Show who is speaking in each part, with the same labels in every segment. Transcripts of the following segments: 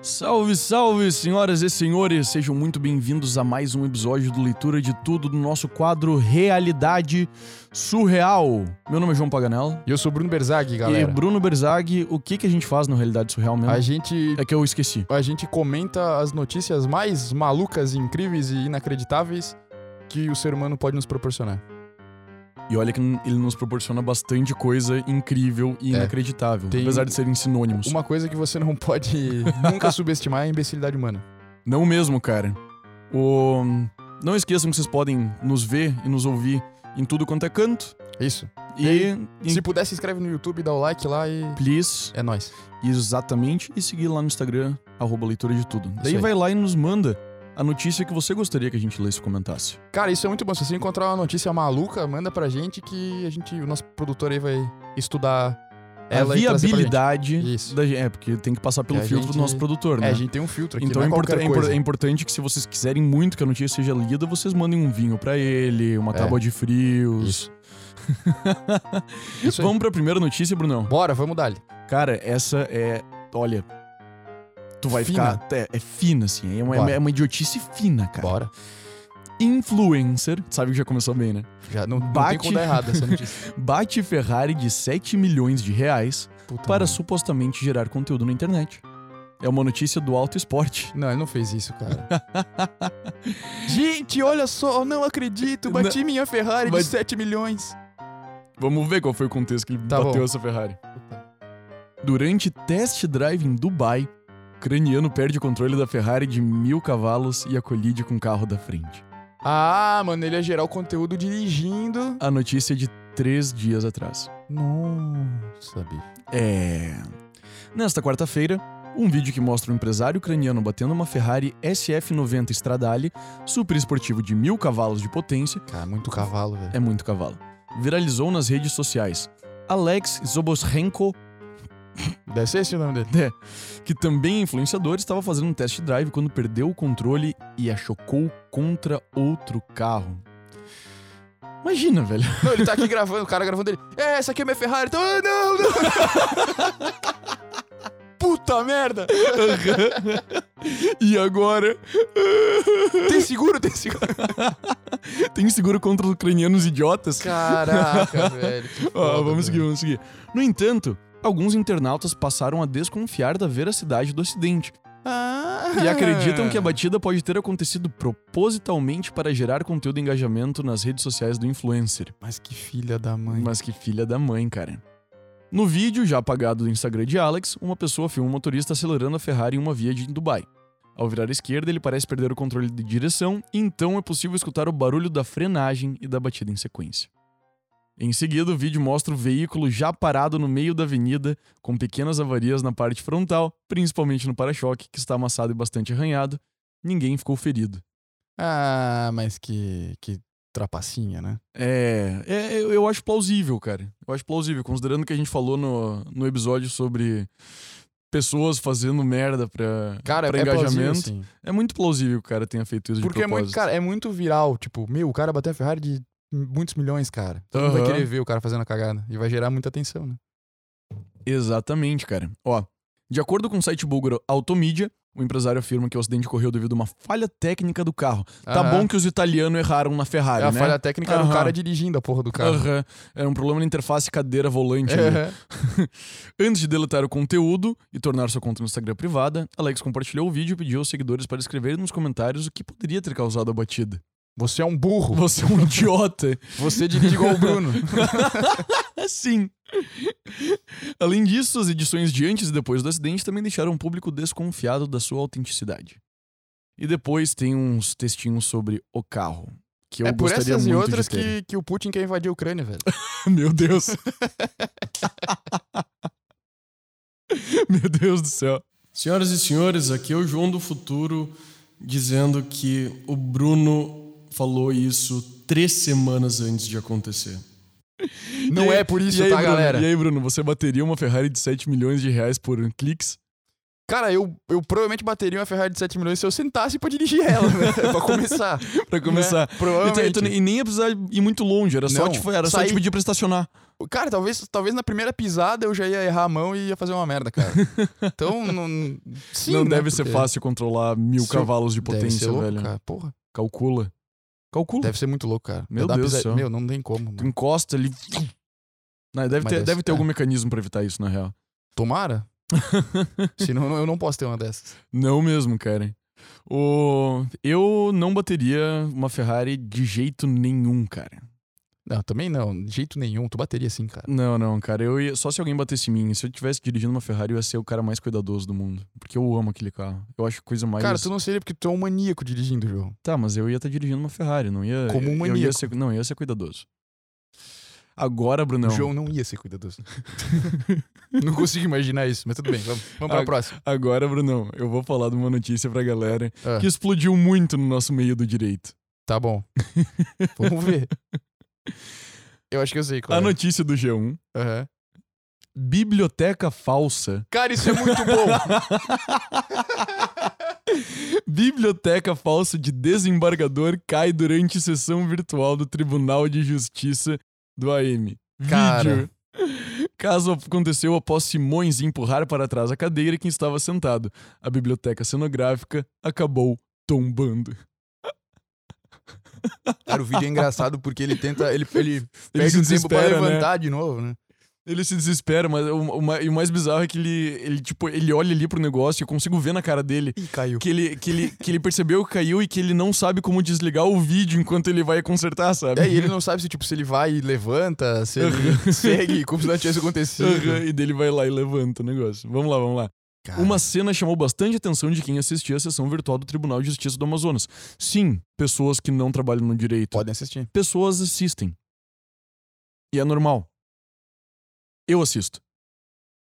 Speaker 1: Salve, salve, senhoras e senhores! Sejam muito bem-vindos a mais um episódio do Leitura de Tudo do nosso quadro Realidade Surreal. Meu nome é João Paganello.
Speaker 2: E eu sou o Bruno Berzag, galera.
Speaker 1: E Bruno Berzag, o que, que a gente faz no Realidade Surreal mesmo?
Speaker 2: A gente
Speaker 1: É que eu esqueci.
Speaker 2: a gente comenta as notícias mais malucas, incríveis e inacreditáveis que o ser humano pode nos proporcionar.
Speaker 1: E olha que ele nos proporciona bastante coisa incrível e
Speaker 2: É.
Speaker 1: inacreditável,
Speaker 2: Tem
Speaker 1: apesar de serem sinônimos.
Speaker 2: Uma coisa que você não pode nunca subestimar é a imbecilidade humana.
Speaker 1: Não mesmo, cara. O... Não esqueçam que vocês podem nos ver e nos ouvir em tudo quanto é canto.
Speaker 2: Isso.
Speaker 1: E, e-
Speaker 2: Se puder, se inscreve no YouTube, dá o like lá e
Speaker 1: please,
Speaker 2: é nóis.
Speaker 1: exatamente, e seguir lá no Instagram, arroba leitura de tudo. Daí
Speaker 2: aí.
Speaker 1: vai lá e nos manda a notícia que você gostaria que a gente lesse e comentasse.
Speaker 2: Cara, isso é muito bom. Se você encontrar uma notícia maluca, manda pra gente que a gente, o nosso produtor aí vai estudar ela
Speaker 1: a
Speaker 2: e É, trazer pra gente.
Speaker 1: viabilidade
Speaker 2: Isso.
Speaker 1: da gente. É, porque tem que passar pelo
Speaker 2: Que a
Speaker 1: filtro do
Speaker 2: gente-
Speaker 1: nosso produtor, né?
Speaker 2: É, a gente tem um filtro aqui,
Speaker 1: Então
Speaker 2: não
Speaker 1: é,
Speaker 2: é
Speaker 1: import-
Speaker 2: qualquer
Speaker 1: é impor-
Speaker 2: coisa.
Speaker 1: é importante que se vocês quiserem muito que a notícia seja lida, vocês mandem um vinho pra ele, uma
Speaker 2: É.
Speaker 1: tábua de frios.
Speaker 2: Isso. Isso
Speaker 1: é
Speaker 2: aí.
Speaker 1: Vamos pra primeira notícia, Brunão.
Speaker 2: Bora, vamos dar
Speaker 1: Cara, essa é. Olha. Tu vai
Speaker 2: Fina.
Speaker 1: ficar. É, é fina, assim. É uma,
Speaker 2: Bora.
Speaker 1: é uma idiotice fina, cara.
Speaker 2: Bora.
Speaker 1: Influencer, sabe que já começou bem, né?
Speaker 2: Já não, não
Speaker 1: Bate-
Speaker 2: tem como dar errado essa notícia.
Speaker 1: Bate Ferrari de 7 milhões de reais
Speaker 2: Puta
Speaker 1: para
Speaker 2: merda.
Speaker 1: supostamente gerar conteúdo na internet. É uma notícia do Alto Esporte.
Speaker 2: Não, ele não fez isso, cara. Gente, olha só, eu não acredito. Bati minha Ferrari
Speaker 1: Mas-
Speaker 2: de 7 milhões.
Speaker 1: Vamos ver qual foi o contexto que ele
Speaker 2: Tá
Speaker 1: bateu
Speaker 2: bom.
Speaker 1: essa Ferrari. Durante test drive em Dubai, craniano perde o controle da Ferrari de mil cavalos e a colide com o carro da frente.
Speaker 2: Ah, mano, ele ia gerar o conteúdo dirigindo.
Speaker 1: A notícia é de três dias atrás.
Speaker 2: Nossa, bicho.
Speaker 1: É. Nesta quarta-feira, um vídeo que mostra um empresário ucraniano batendo uma Ferrari SF90 Stradale, super esportivo de mil cavalos de potência,
Speaker 2: Cara, muito cavalo, velho.
Speaker 1: é muito cavalo, viralizou nas redes sociais. Alex Zoboshenko,
Speaker 2: É, Deve ser esse o nome dele.
Speaker 1: que também é influenciador, estava fazendo um test drive quando perdeu o controle e a chocou contra outro carro. Imagina, velho.
Speaker 2: Não, ele tá aqui gravando, o cara gravando ele. É, essa aqui é minha Ferrari. Então, ah, não, não. Puta merda.
Speaker 1: E agora?
Speaker 2: Tem seguro, tem seguro.
Speaker 1: Tem seguro contra os ucranianos idiotas?
Speaker 2: Caraca, velho. que
Speaker 1: Ó,
Speaker 2: foda,
Speaker 1: vamos seguir,
Speaker 2: velho.
Speaker 1: vamos seguir. No entanto, alguns internautas passaram a desconfiar da veracidade do acidente
Speaker 2: Ah.
Speaker 1: e acreditam que a batida pode ter acontecido propositalmente para gerar conteúdo e engajamento nas redes sociais do influencer.
Speaker 2: Mas que filha da mãe.
Speaker 1: Mas que filha da mãe, cara. No vídeo, já apagado do Instagram de Alex, uma pessoa filma um motorista acelerando a Ferrari em uma via de Dubai. Ao virar à esquerda, ele parece perder o controle de direção, e então é possível escutar o barulho da frenagem e da batida em sequência. Em seguida, o vídeo mostra o veículo já parado no meio da avenida, com pequenas avarias na parte frontal, principalmente no para-choque, que está amassado e bastante arranhado. Ninguém ficou ferido.
Speaker 2: Ah, mas que, que trapacinha, né?
Speaker 1: É, é, eu eu acho plausível, cara. Eu acho plausível, considerando que a gente falou no, no episódio sobre pessoas fazendo merda pra.
Speaker 2: Cara,
Speaker 1: Pra
Speaker 2: é plausível,
Speaker 1: engajamento,
Speaker 2: sim.
Speaker 1: É muito plausível que o cara tenha feito isso
Speaker 2: Porque
Speaker 1: de
Speaker 2: é muito,
Speaker 1: propósito.
Speaker 2: cara, é muito viral. Tipo, meu, o cara bateu a Ferrari de muitos milhões, cara. Todo mundo vai
Speaker 1: Aham.
Speaker 2: querer ver o cara fazendo a cagada. E vai gerar muita atenção, né?
Speaker 1: Exatamente, cara. Ó, de acordo com o site búlgaro Automídia, o empresário afirma que o acidente ocorreu devido a uma falha técnica do carro. Tá
Speaker 2: Aham.
Speaker 1: bom que os italianos erraram na Ferrari,
Speaker 2: É a
Speaker 1: né?
Speaker 2: falha técnica do
Speaker 1: Aham.
Speaker 2: cara dirigindo a porra do carro.
Speaker 1: Aham. Era um problema na interface cadeira-volante. ali.
Speaker 2: É.
Speaker 1: Antes de deletar o conteúdo e tornar sua conta no Instagram privada, Alex compartilhou o vídeo e pediu aos seguidores para escreverem nos comentários o que poderia ter causado a batida.
Speaker 2: Você é um burro.
Speaker 1: Você é um idiota.
Speaker 2: Você dirige igual o Bruno.
Speaker 1: Assim. Além disso, as edições de antes e depois do acidente também deixaram o público desconfiado da sua autenticidade. E depois tem uns textinhos sobre o carro. Que eu
Speaker 2: é por
Speaker 1: gostaria
Speaker 2: essas e
Speaker 1: muito
Speaker 2: outras
Speaker 1: de ter.
Speaker 2: que, que o Putin quer invadir a Ucrânia, velho.
Speaker 1: Meu Deus. Meu Deus do céu. Senhoras e senhores, aqui é o João do Futuro dizendo que o Bruno falou isso três semanas antes de acontecer.
Speaker 2: Não
Speaker 1: E-
Speaker 2: é por isso,
Speaker 1: e aí,
Speaker 2: tá,
Speaker 1: Bruno,
Speaker 2: galera?
Speaker 1: E aí, Bruno, você bateria uma Ferrari de 7 milhões de reais por cliques?
Speaker 2: Cara, eu, eu provavelmente bateria uma Ferrari de 7 milhões se eu sentasse pra dirigir ela, né? pra começar. né?
Speaker 1: pra começar. Então, E, tu- e tu
Speaker 2: Provavelmente.
Speaker 1: nem- e nem ia precisar ir muito longe, era só,
Speaker 2: É, Não,
Speaker 1: te, era só
Speaker 2: saí-
Speaker 1: te pedir pra estacionar.
Speaker 2: Cara, talvez, talvez na primeira pisada eu já ia errar a mão e ia fazer uma merda, cara. Então, não. Sim,
Speaker 1: não
Speaker 2: né?
Speaker 1: deve ser
Speaker 2: Porque
Speaker 1: fácil controlar mil
Speaker 2: Se-
Speaker 1: cavalos de
Speaker 2: deve ser
Speaker 1: potência,
Speaker 2: louco,
Speaker 1: velho.
Speaker 2: Cara. Porra,
Speaker 1: Calcula. Calcula.
Speaker 2: deve ser muito louco, cara.
Speaker 1: Meu
Speaker 2: Dá uma
Speaker 1: Deus do
Speaker 2: pisa-
Speaker 1: céu.
Speaker 2: Meu, não tem como.
Speaker 1: Tu
Speaker 2: Mano.
Speaker 1: encosta ali. Não, deve
Speaker 2: Mas
Speaker 1: ter,
Speaker 2: deve
Speaker 1: deve
Speaker 2: ser-
Speaker 1: ter
Speaker 2: é.
Speaker 1: algum mecanismo pra evitar isso, na real.
Speaker 2: Tomara. Senão eu não posso ter uma dessas.
Speaker 1: Não mesmo, cara. O... Eu não bateria uma Ferrari de jeito nenhum,
Speaker 2: Tá.
Speaker 1: cara.
Speaker 2: Não, também não. De jeito nenhum. Tu bateria sim, cara.
Speaker 1: Não, não, cara. Eu ia... Só se alguém batesse em mim. Se eu tivesse dirigindo uma Ferrari, eu ia ser o cara mais cuidadoso do mundo. Porque eu amo aquele carro. Eu acho coisa mais.
Speaker 2: Cara, tu não seria porque tu é um maníaco dirigindo, João.
Speaker 1: Tá, mas eu ia estar dirigindo uma Ferrari, não ia.
Speaker 2: Como um
Speaker 1: eu- eu ia
Speaker 2: maníaco.
Speaker 1: ser... Não, eu ia ser cuidadoso. Agora, Brunão.
Speaker 2: O João não ia ser cuidadoso. não consigo imaginar isso, mas tudo bem. Vamos, vamos pra
Speaker 1: Ah,
Speaker 2: próxima.
Speaker 1: Agora, Brunão, eu vou falar de uma notícia pra galera
Speaker 2: Ah,
Speaker 1: que explodiu muito no nosso meio do direito.
Speaker 2: Tá bom. vamos ver. Eu acho que eu sei qual
Speaker 1: A
Speaker 2: é.
Speaker 1: notícia do G1.
Speaker 2: Aham.
Speaker 1: Biblioteca falsa
Speaker 2: Cara, isso é muito bom.
Speaker 1: Biblioteca falsa de desembargador cai durante sessão virtual do Tribunal de Justiça do AM.
Speaker 2: Cara.
Speaker 1: Vídeo. Caso aconteceu após Simões empurrar para trás a cadeira em que estava sentado. A biblioteca cenográfica acabou tombando.
Speaker 2: Cara, o vídeo é engraçado porque ele tenta. Ele, ele
Speaker 1: Ele
Speaker 2: perde
Speaker 1: se
Speaker 2: um tempo pra
Speaker 1: desespera, né?
Speaker 2: levantar de novo, né?
Speaker 1: Ele se desespera, mas o, o ma- e o mais bizarro é que ele, ele, tipo, ele olha ali pro negócio e eu consigo ver na cara dele
Speaker 2: Ih, caiu.
Speaker 1: que ele, que, ele, que ele percebeu que caiu e que ele não sabe como desligar o vídeo enquanto ele vai consertar, sabe?
Speaker 2: É, e ele não sabe se, tipo, se ele vai e levanta, se ele segue, como se não tivesse
Speaker 1: Aham,
Speaker 2: acontecido.
Speaker 1: e dele vai lá e levanta o negócio. Vamos lá, vamos lá.
Speaker 2: Cara,
Speaker 1: Uma cena chamou bastante atenção de quem assistia à sessão virtual do Tribunal de Justiça do Amazonas. Sim, pessoas que não trabalham no direito.
Speaker 2: Podem assistir.
Speaker 1: Pessoas assistem. E é normal. Eu assisto.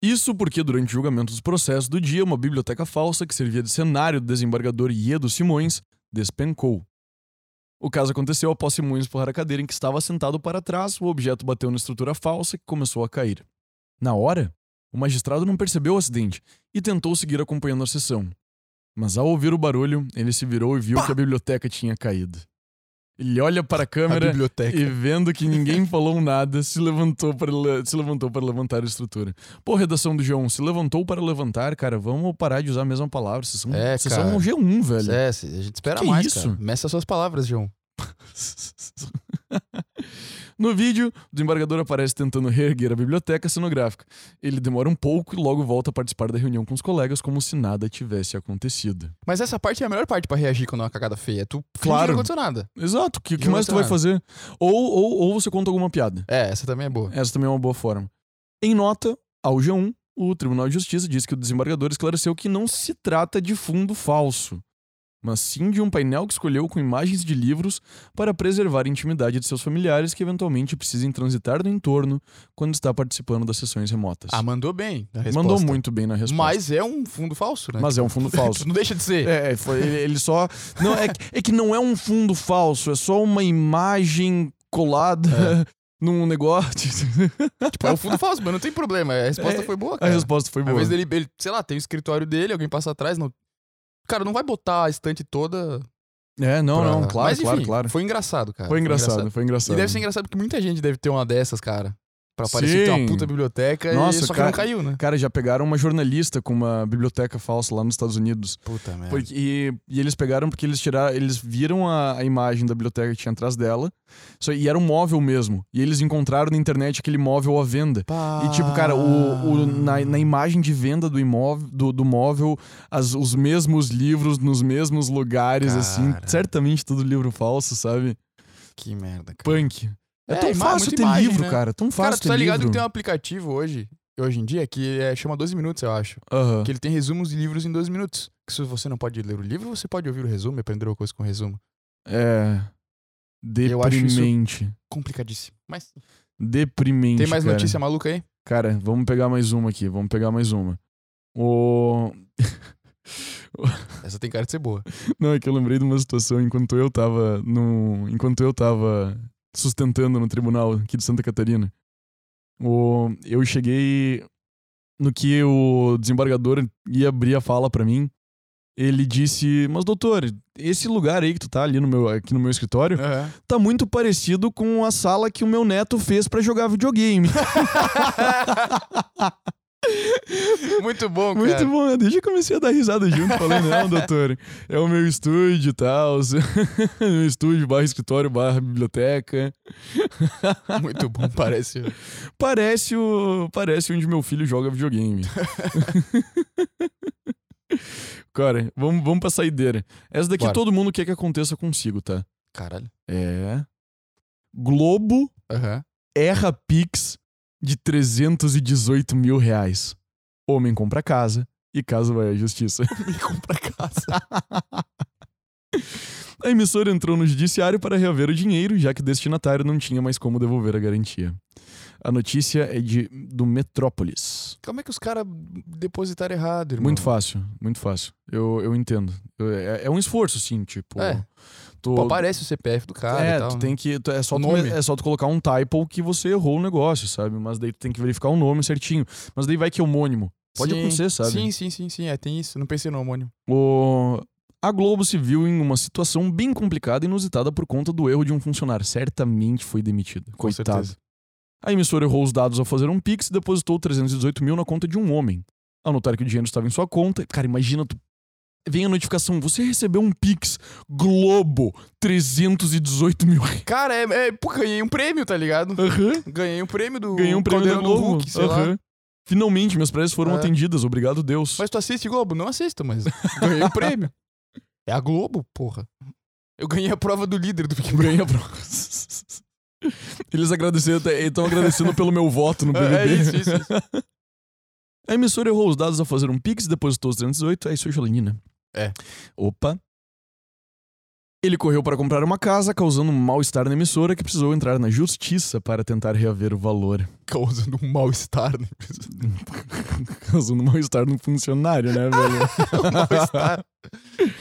Speaker 1: Isso porque, durante o julgamento dos processos do dia, uma biblioteca falsa que servia de cenário do desembargador Iedo Simões despencou. O caso aconteceu após Simões empurrar a cadeira em que estava sentado para trás, o objeto bateu na estrutura falsa que começou a cair. Na hora, o magistrado não percebeu o acidente e tentou seguir acompanhando a sessão. Mas ao ouvir o barulho, ele se virou e viu que a biblioteca tinha caído. Ele olha para a
Speaker 2: A
Speaker 1: câmera
Speaker 2: biblioteca.
Speaker 1: e vendo que ninguém falou nada, se levantou para le- se levantou para levantar a estrutura. Pô, redação do G1, se levantou para levantar, cara, vamos parar de usar a mesma palavra. Vocês são,
Speaker 2: É,
Speaker 1: vocês
Speaker 2: cara.
Speaker 1: são um G1, velho.
Speaker 2: É, se- a gente espera
Speaker 1: Que
Speaker 2: mais,
Speaker 1: isso?
Speaker 2: cara. Meça suas palavras, João.
Speaker 1: No vídeo, o desembargador aparece tentando reerguer a biblioteca cenográfica. Ele demora um pouco e logo volta a participar da reunião com os colegas como se nada tivesse acontecido.
Speaker 2: Mas essa parte é a melhor parte pra reagir quando é uma cagada feia. é Tu fingir
Speaker 1: Claro.
Speaker 2: que não aconteceu nada.
Speaker 1: Exato, o que, que
Speaker 2: Não
Speaker 1: mais tu vai
Speaker 2: aconteceu
Speaker 1: fazer? Ou, ou, ou você conta alguma piada.
Speaker 2: É, essa também é boa.
Speaker 1: Essa também é uma boa forma. Em nota ao G1, o Tribunal de Justiça diz que o desembargador esclareceu que não se trata de fundo falso, mas sim de um painel que escolheu com imagens de livros para preservar a intimidade de seus familiares que eventualmente precisem transitar no entorno quando está participando das sessões remotas.
Speaker 2: Ah, mandou bem. a
Speaker 1: Mandou
Speaker 2: resposta.
Speaker 1: muito bem na resposta.
Speaker 2: Mas é um fundo falso, né?
Speaker 1: Mas é um fundo falso.
Speaker 2: Não deixa de ser.
Speaker 1: É, foi, ele, ele só. Não, é, que- é que não é um fundo falso, é só uma imagem colada
Speaker 2: É.
Speaker 1: num negócio.
Speaker 2: Tipo, é um fundo falso, mas não tem problema. A resposta
Speaker 1: É,
Speaker 2: foi boa,
Speaker 1: A
Speaker 2: cara.
Speaker 1: resposta foi
Speaker 2: Às
Speaker 1: boa.
Speaker 2: vezes ele, ele, sei lá, tem o escritório dele, alguém passa atrás, não. Cara, não vai botar a estante toda.
Speaker 1: É, não,
Speaker 2: pra-
Speaker 1: não, claro,
Speaker 2: Mas, enfim,
Speaker 1: claro, claro.
Speaker 2: Foi engraçado, cara.
Speaker 1: Foi engraçado, foi engraçado.
Speaker 2: E deve ser engraçado porque muita gente deve ter uma dessas, cara. Pra parecer que tem
Speaker 1: Sim.
Speaker 2: uma puta biblioteca
Speaker 1: Nossa,
Speaker 2: e só
Speaker 1: cara-
Speaker 2: que não caiu, né?
Speaker 1: Cara, já pegaram uma jornalista com uma biblioteca falsa lá nos Estados Unidos.
Speaker 2: Puta merda.
Speaker 1: Porque- e, e eles pegaram porque eles tiraram, eles viram a, a imagem da biblioteca que tinha atrás dela. Só, e era um móvel mesmo. E eles encontraram na internet aquele móvel à venda. E tipo, cara, o,
Speaker 2: Ah.
Speaker 1: o- na, na imagem de venda do imóvel, do, do móvel, as- os mesmos livros nos mesmos lugares, assim.
Speaker 2: Cara.
Speaker 1: Certamente tudo livro falso, sabe?
Speaker 2: Que merda, cara.
Speaker 1: Punk. É,
Speaker 2: É,
Speaker 1: tão
Speaker 2: ima-
Speaker 1: fácil
Speaker 2: muita
Speaker 1: ter
Speaker 2: imagem,
Speaker 1: livro,
Speaker 2: né?
Speaker 1: cara. Tão fácil
Speaker 2: Cara, tu
Speaker 1: ter
Speaker 2: tá ligado
Speaker 1: livro.
Speaker 2: que tem um aplicativo hoje, hoje em dia, que é, chama 12 minutos, eu acho.
Speaker 1: Aham.
Speaker 2: Que ele tem resumos de livros em 12 minutos. Que se você não pode ler o livro, você pode ouvir o resumo e aprender uma coisa com o resumo.
Speaker 1: É.
Speaker 2: Eu acho isso-
Speaker 1: Deprimente.
Speaker 2: Complicadíssimo. Mas.
Speaker 1: Deprimente.
Speaker 2: Tem mais
Speaker 1: cara.
Speaker 2: notícia maluca aí?
Speaker 1: Cara, vamos pegar mais uma aqui. Vamos pegar mais uma. O.
Speaker 2: Essa tem cara de ser boa.
Speaker 1: Não, é que eu lembrei de uma situação enquanto eu tava no. Enquanto eu tava sustentando no tribunal aqui de Santa Catarina. O... Eu cheguei. No que o desembargador ia abrir a fala pra mim, ele disse: Mas doutor, esse lugar aí que tu tá ali no meu, aqui no meu escritório
Speaker 2: Aham.
Speaker 1: tá muito parecido com a sala que o meu neto fez pra jogar videogame.
Speaker 2: Muito bom, cara.
Speaker 1: Muito bom, né? Desde que eu comecei a dar risada junto, falei, não, doutor, é o meu estúdio e tal. meu estúdio, barra escritório, barra biblioteca.
Speaker 2: Muito bom, parece.
Speaker 1: Parece, o, parece onde meu filho joga videogame. Cara, vamos, vamos pra saideira. Essa daqui
Speaker 2: Bora.
Speaker 1: todo mundo quer que aconteça consigo, tá?
Speaker 2: Caralho.
Speaker 1: É. Globo
Speaker 2: Aham.
Speaker 1: erra Pix de 318 mil reais. Homem compra casa e casa vai à justiça.
Speaker 2: Me compra casa.
Speaker 1: A emissora entrou no judiciário para reaver o dinheiro, já que o destinatário não tinha mais como devolver a garantia. A notícia é de do Metrópolis.
Speaker 2: Como é que os caras depositaram errado, irmão?
Speaker 1: Muito fácil, muito fácil. Eu, eu entendo. Eu- é, é um esforço, sim, tipo.
Speaker 2: É.
Speaker 1: tu-
Speaker 2: Pô, aparece o CPF do cara
Speaker 1: é,
Speaker 2: e tal.
Speaker 1: tu
Speaker 2: né?
Speaker 1: tem que. tu- é, só
Speaker 2: O
Speaker 1: tu,
Speaker 2: nome.
Speaker 1: é só tu colocar um typo que você errou o negócio, sabe? Mas daí tu tem que verificar o nome certinho. Mas daí vai que é homônimo. Pode
Speaker 2: Sim.
Speaker 1: acontecer, sabe?
Speaker 2: Sim, sim, sim, sim. É, tem isso. Não pensei no homônimo.
Speaker 1: O... A Globo se viu em uma situação bem complicada e inusitada por conta do erro de um funcionário. Certamente foi demitido. Coitado.
Speaker 2: certeza.
Speaker 1: A emissora errou os dados ao fazer um Pix e depositou 318 mil na conta de um homem. Ao notar que o dinheiro estava em sua conta, cara, imagina tu. Vem a notificação, você recebeu um Pix Globo 318 mil.
Speaker 2: Cara, é, é- pô, ganhei um prêmio, tá ligado?
Speaker 1: Aham.
Speaker 2: Ganhei um prêmio do
Speaker 1: Ganhei um prêmio da
Speaker 2: Caldeirão do
Speaker 1: Globo.
Speaker 2: Hulk, sei lá.
Speaker 1: Aham. Finalmente, minhas preces foram
Speaker 2: É.
Speaker 1: atendidas, obrigado Deus.
Speaker 2: Mas tu assiste Globo? Não assisto, mas ganhei um prêmio. É a Globo, porra. Eu ganhei a prova do líder do Big Brother.
Speaker 1: Ganha pra... Eles agradeceram, estão agradecendo pelo meu voto no BBB.
Speaker 2: É, é isso, isso, isso.
Speaker 1: A emissora errou os dados ao fazer um Pix, depositou os 318, é isso, Jolene, né?
Speaker 2: É.
Speaker 1: Opa. Ele correu para comprar uma casa, causando um mal-estar na emissora, que precisou entrar na justiça para tentar reaver o valor.
Speaker 2: Causando um mal-estar, né?
Speaker 1: causando mal-estar no funcionário, né, velho?
Speaker 2: Um mal-estar.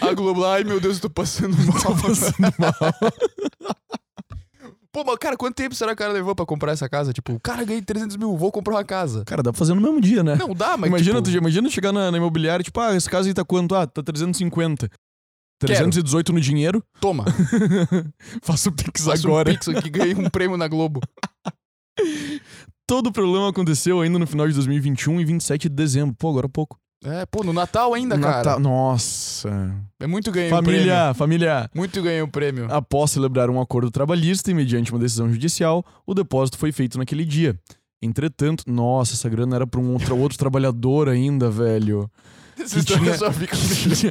Speaker 2: A Globo lá, ai meu Deus, eu tô passando mal.
Speaker 1: Passando mal.
Speaker 2: Pô, mas cara, quanto tempo será que o cara levou pra comprar essa casa? Tipo, cara, ganhei 300 mil, vou comprar uma casa.
Speaker 1: Cara, dá pra fazer no mesmo dia, né?
Speaker 2: Não dá, mas
Speaker 1: imagina,
Speaker 2: tipo,
Speaker 1: tu, imagina chegar na, na imobiliária, tipo, ah, esse caso aí tá quanto? Ah, tá 350.
Speaker 2: Quero.
Speaker 1: 318 no dinheiro,
Speaker 2: toma,
Speaker 1: faço o Pix
Speaker 2: faço
Speaker 1: agora.
Speaker 2: um pix aqui, ganhei um prêmio na Globo.
Speaker 1: Todo o problema aconteceu ainda no final de 2021 e 27 de dezembro. Pô, agora há pouco.
Speaker 2: É, pô, no Natal ainda, cara.
Speaker 1: Natal- Nossa.
Speaker 2: É muito ganhei um prêmio.
Speaker 1: Família, família.
Speaker 2: Muito ganhei um prêmio.
Speaker 1: Após celebrar um acordo trabalhista e mediante uma decisão judicial, o depósito foi feito naquele dia. Entretanto, nossa, essa grana era pra um outra- outro trabalhador ainda, velho.
Speaker 2: Essa história
Speaker 1: tinha-
Speaker 2: só fica assim.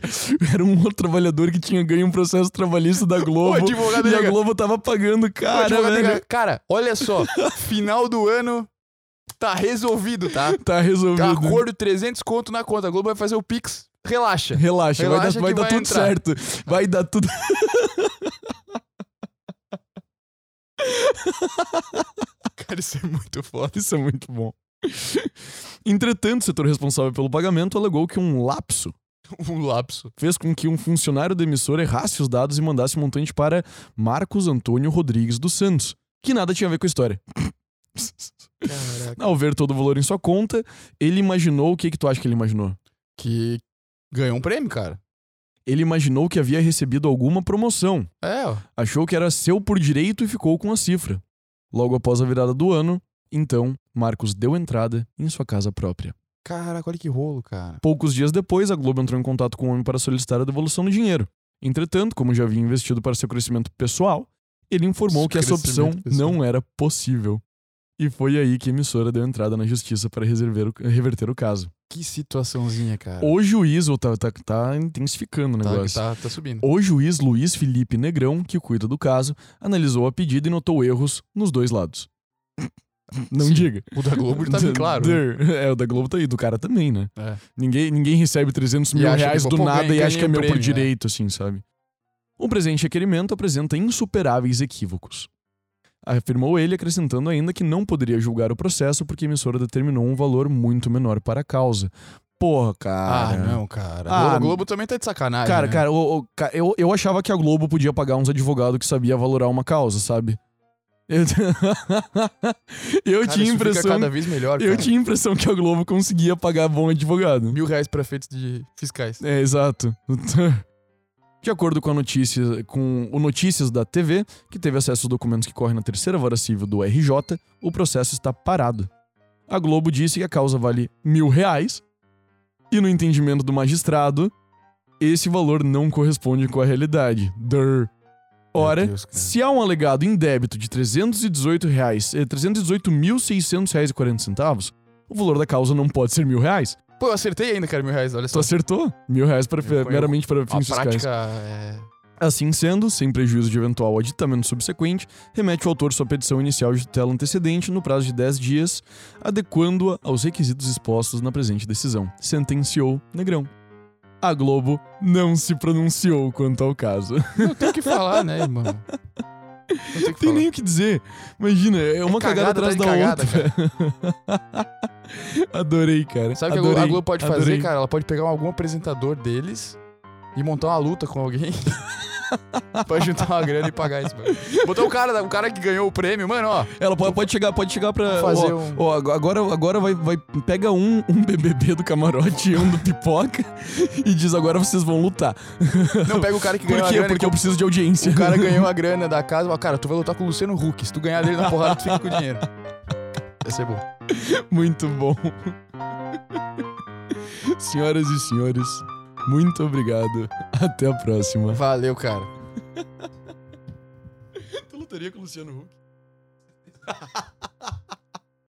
Speaker 1: Era um outro trabalhador que tinha ganho um processo trabalhista da
Speaker 2: O
Speaker 1: Globo.
Speaker 2: advogado
Speaker 1: e a
Speaker 2: liga.
Speaker 1: Globo né? tava pagando,
Speaker 2: O
Speaker 1: cara,
Speaker 2: advogado
Speaker 1: velho.
Speaker 2: liga. Cara, olha só. Final do ano tá resolvido, tá?
Speaker 1: Tá resolvido.
Speaker 2: Acordo 300 conto na conta. A Globo vai fazer o Pix. Relaxa.
Speaker 1: Relaxa, vai
Speaker 2: Relaxa
Speaker 1: dar,
Speaker 2: que
Speaker 1: vai dar
Speaker 2: vai
Speaker 1: tudo
Speaker 2: entrar.
Speaker 1: certo. Vai dar tudo.
Speaker 2: Cara, isso é muito foda.
Speaker 1: Isso é muito bom. Entretanto, o setor responsável pelo pagamento alegou que um lapso
Speaker 2: Um lapso.
Speaker 1: fez com que um funcionário da emissora errasse os dados e mandasse o montante para Marcos Antônio Rodrigues dos Santos, que nada tinha a ver com a história.
Speaker 2: Caraca.
Speaker 1: Ao ver todo o valor em sua conta, ele imaginou o que que tu acha que ele imaginou?
Speaker 2: Que ganhou um prêmio, cara.
Speaker 1: Ele imaginou que havia recebido alguma promoção,
Speaker 2: É, ó.
Speaker 1: achou que era seu por direito e ficou com a cifra. Logo após a virada do ano, então Marcos deu entrada em sua casa própria.
Speaker 2: Caraca, olha que rolo, cara.
Speaker 1: Poucos dias depois, a Globo entrou em contato com o homem para solicitar a devolução do dinheiro. Entretanto, como já havia investido para seu crescimento pessoal, ele informou que essa opção
Speaker 2: Crescimento pessoal.
Speaker 1: não era possível. E foi aí que a emissora deu entrada na justiça para reserver o- reverter o caso.
Speaker 2: Que situaçãozinha, cara.
Speaker 1: O juiz, ou tá, tá- tá intensificando o
Speaker 2: Tá,
Speaker 1: negócio.
Speaker 2: tá, tá subindo.
Speaker 1: O juiz Luiz Felipe Negrão, que cuida do caso, analisou a pedida e notou erros nos dois lados. Não
Speaker 2: Sim.
Speaker 1: diga.
Speaker 2: O da Globo tá bem claro. né?
Speaker 1: Der- É, o da Globo tá aí, do cara também, né?
Speaker 2: É.
Speaker 1: Ninguém, ninguém recebe 300
Speaker 2: E
Speaker 1: mil
Speaker 2: acha que,
Speaker 1: reais do
Speaker 2: pô,
Speaker 1: nada
Speaker 2: ganhei-
Speaker 1: e acha que é
Speaker 2: ganhei um
Speaker 1: meu por
Speaker 2: prêmio, né?
Speaker 1: direito, assim, sabe? O presente requerimento apresenta insuperáveis equívocos. Afirmou ele, acrescentando ainda que não poderia julgar o processo porque a emissora determinou um valor muito menor para a causa. Porra, cara.
Speaker 2: Ah, não, cara.
Speaker 1: Ah,
Speaker 2: a Globo também tá de sacanagem.
Speaker 1: Cara,
Speaker 2: né?
Speaker 1: cara, o- o- ca- eu, eu achava que a Globo podia pagar uns advogados que sabia valorar uma causa, sabe? Eu, eu tinha a
Speaker 2: Cara, isso Fica
Speaker 1: impressão.
Speaker 2: cada vez melhor,
Speaker 1: Eu
Speaker 2: cara.
Speaker 1: tinha a impressão que a Globo conseguia pagar bom advogado.
Speaker 2: Mil reais pra efeitos de fiscais.
Speaker 1: É, exato. De acordo com a notícia, com o Notícias da TV, que teve acesso aos documentos que correm na terceira vara civil do RJ, o processo está parado. A Globo disse que a causa vale mil reais, e no entendimento do magistrado, esse valor não corresponde com a realidade. Der. Ora,
Speaker 2: Meu Deus, cara.
Speaker 1: se há um alegado indébito de R$ 318 reais, eh, 318.600,40, o valor da causa não pode ser mil reais.
Speaker 2: Pô, eu acertei ainda, cara, mil reais, olha
Speaker 1: Tu
Speaker 2: só.
Speaker 1: acertou? Mil reais para,
Speaker 2: Eu- eu-
Speaker 1: meramente para
Speaker 2: A
Speaker 1: fins fiscais.
Speaker 2: prática é...
Speaker 1: Assim sendo, sem prejuízo de eventual aditamento subsequente, remete o autor sua petição inicial de tutela antecedente no prazo de 10 dias, adequando-a aos requisitos expostos na presente decisão. Sentenciou Negrão. A Globo não se pronunciou quanto ao caso.
Speaker 2: Não tem o que falar, né, irmão? Não tem o que
Speaker 1: Tem
Speaker 2: falar.
Speaker 1: nem o que dizer. Imagina, é uma cagada, atrás da
Speaker 2: cagada,
Speaker 1: outra. Adorei, cara.
Speaker 2: Sabe o que a Glo- a
Speaker 1: Adorei,
Speaker 2: Globo pode
Speaker 1: adorei.
Speaker 2: fazer, cara? Ela pode pegar algum apresentador deles e montar uma luta com alguém pra juntar uma grana e pagar isso, mano. Botar o cara, o cara que ganhou o prêmio, mano, ó.
Speaker 1: Ela pode, pode chegar, pode chegar pra.
Speaker 2: Vou fazer
Speaker 1: ó,
Speaker 2: um-
Speaker 1: ó, ag- agora agora vai, vai. Pega um, um BBB do camarote e um do pipoca e diz agora vocês vão lutar.
Speaker 2: Não, pega o cara que
Speaker 1: Por
Speaker 2: ganhou a
Speaker 1: quê?
Speaker 2: grana.
Speaker 1: Porque eu preciso de audiência.
Speaker 2: O cara ganhou a grana da casa, ó, cara, tu vai lutar com o Luciano Huck. Se tu ganhar dele na porrada, tu fica com o dinheiro. é Ia ser bom.
Speaker 1: Muito bom. Senhoras e senhores, muito obrigado. Até a próxima.
Speaker 2: Valeu, cara.
Speaker 1: Tu lutaria com o Luciano Huck?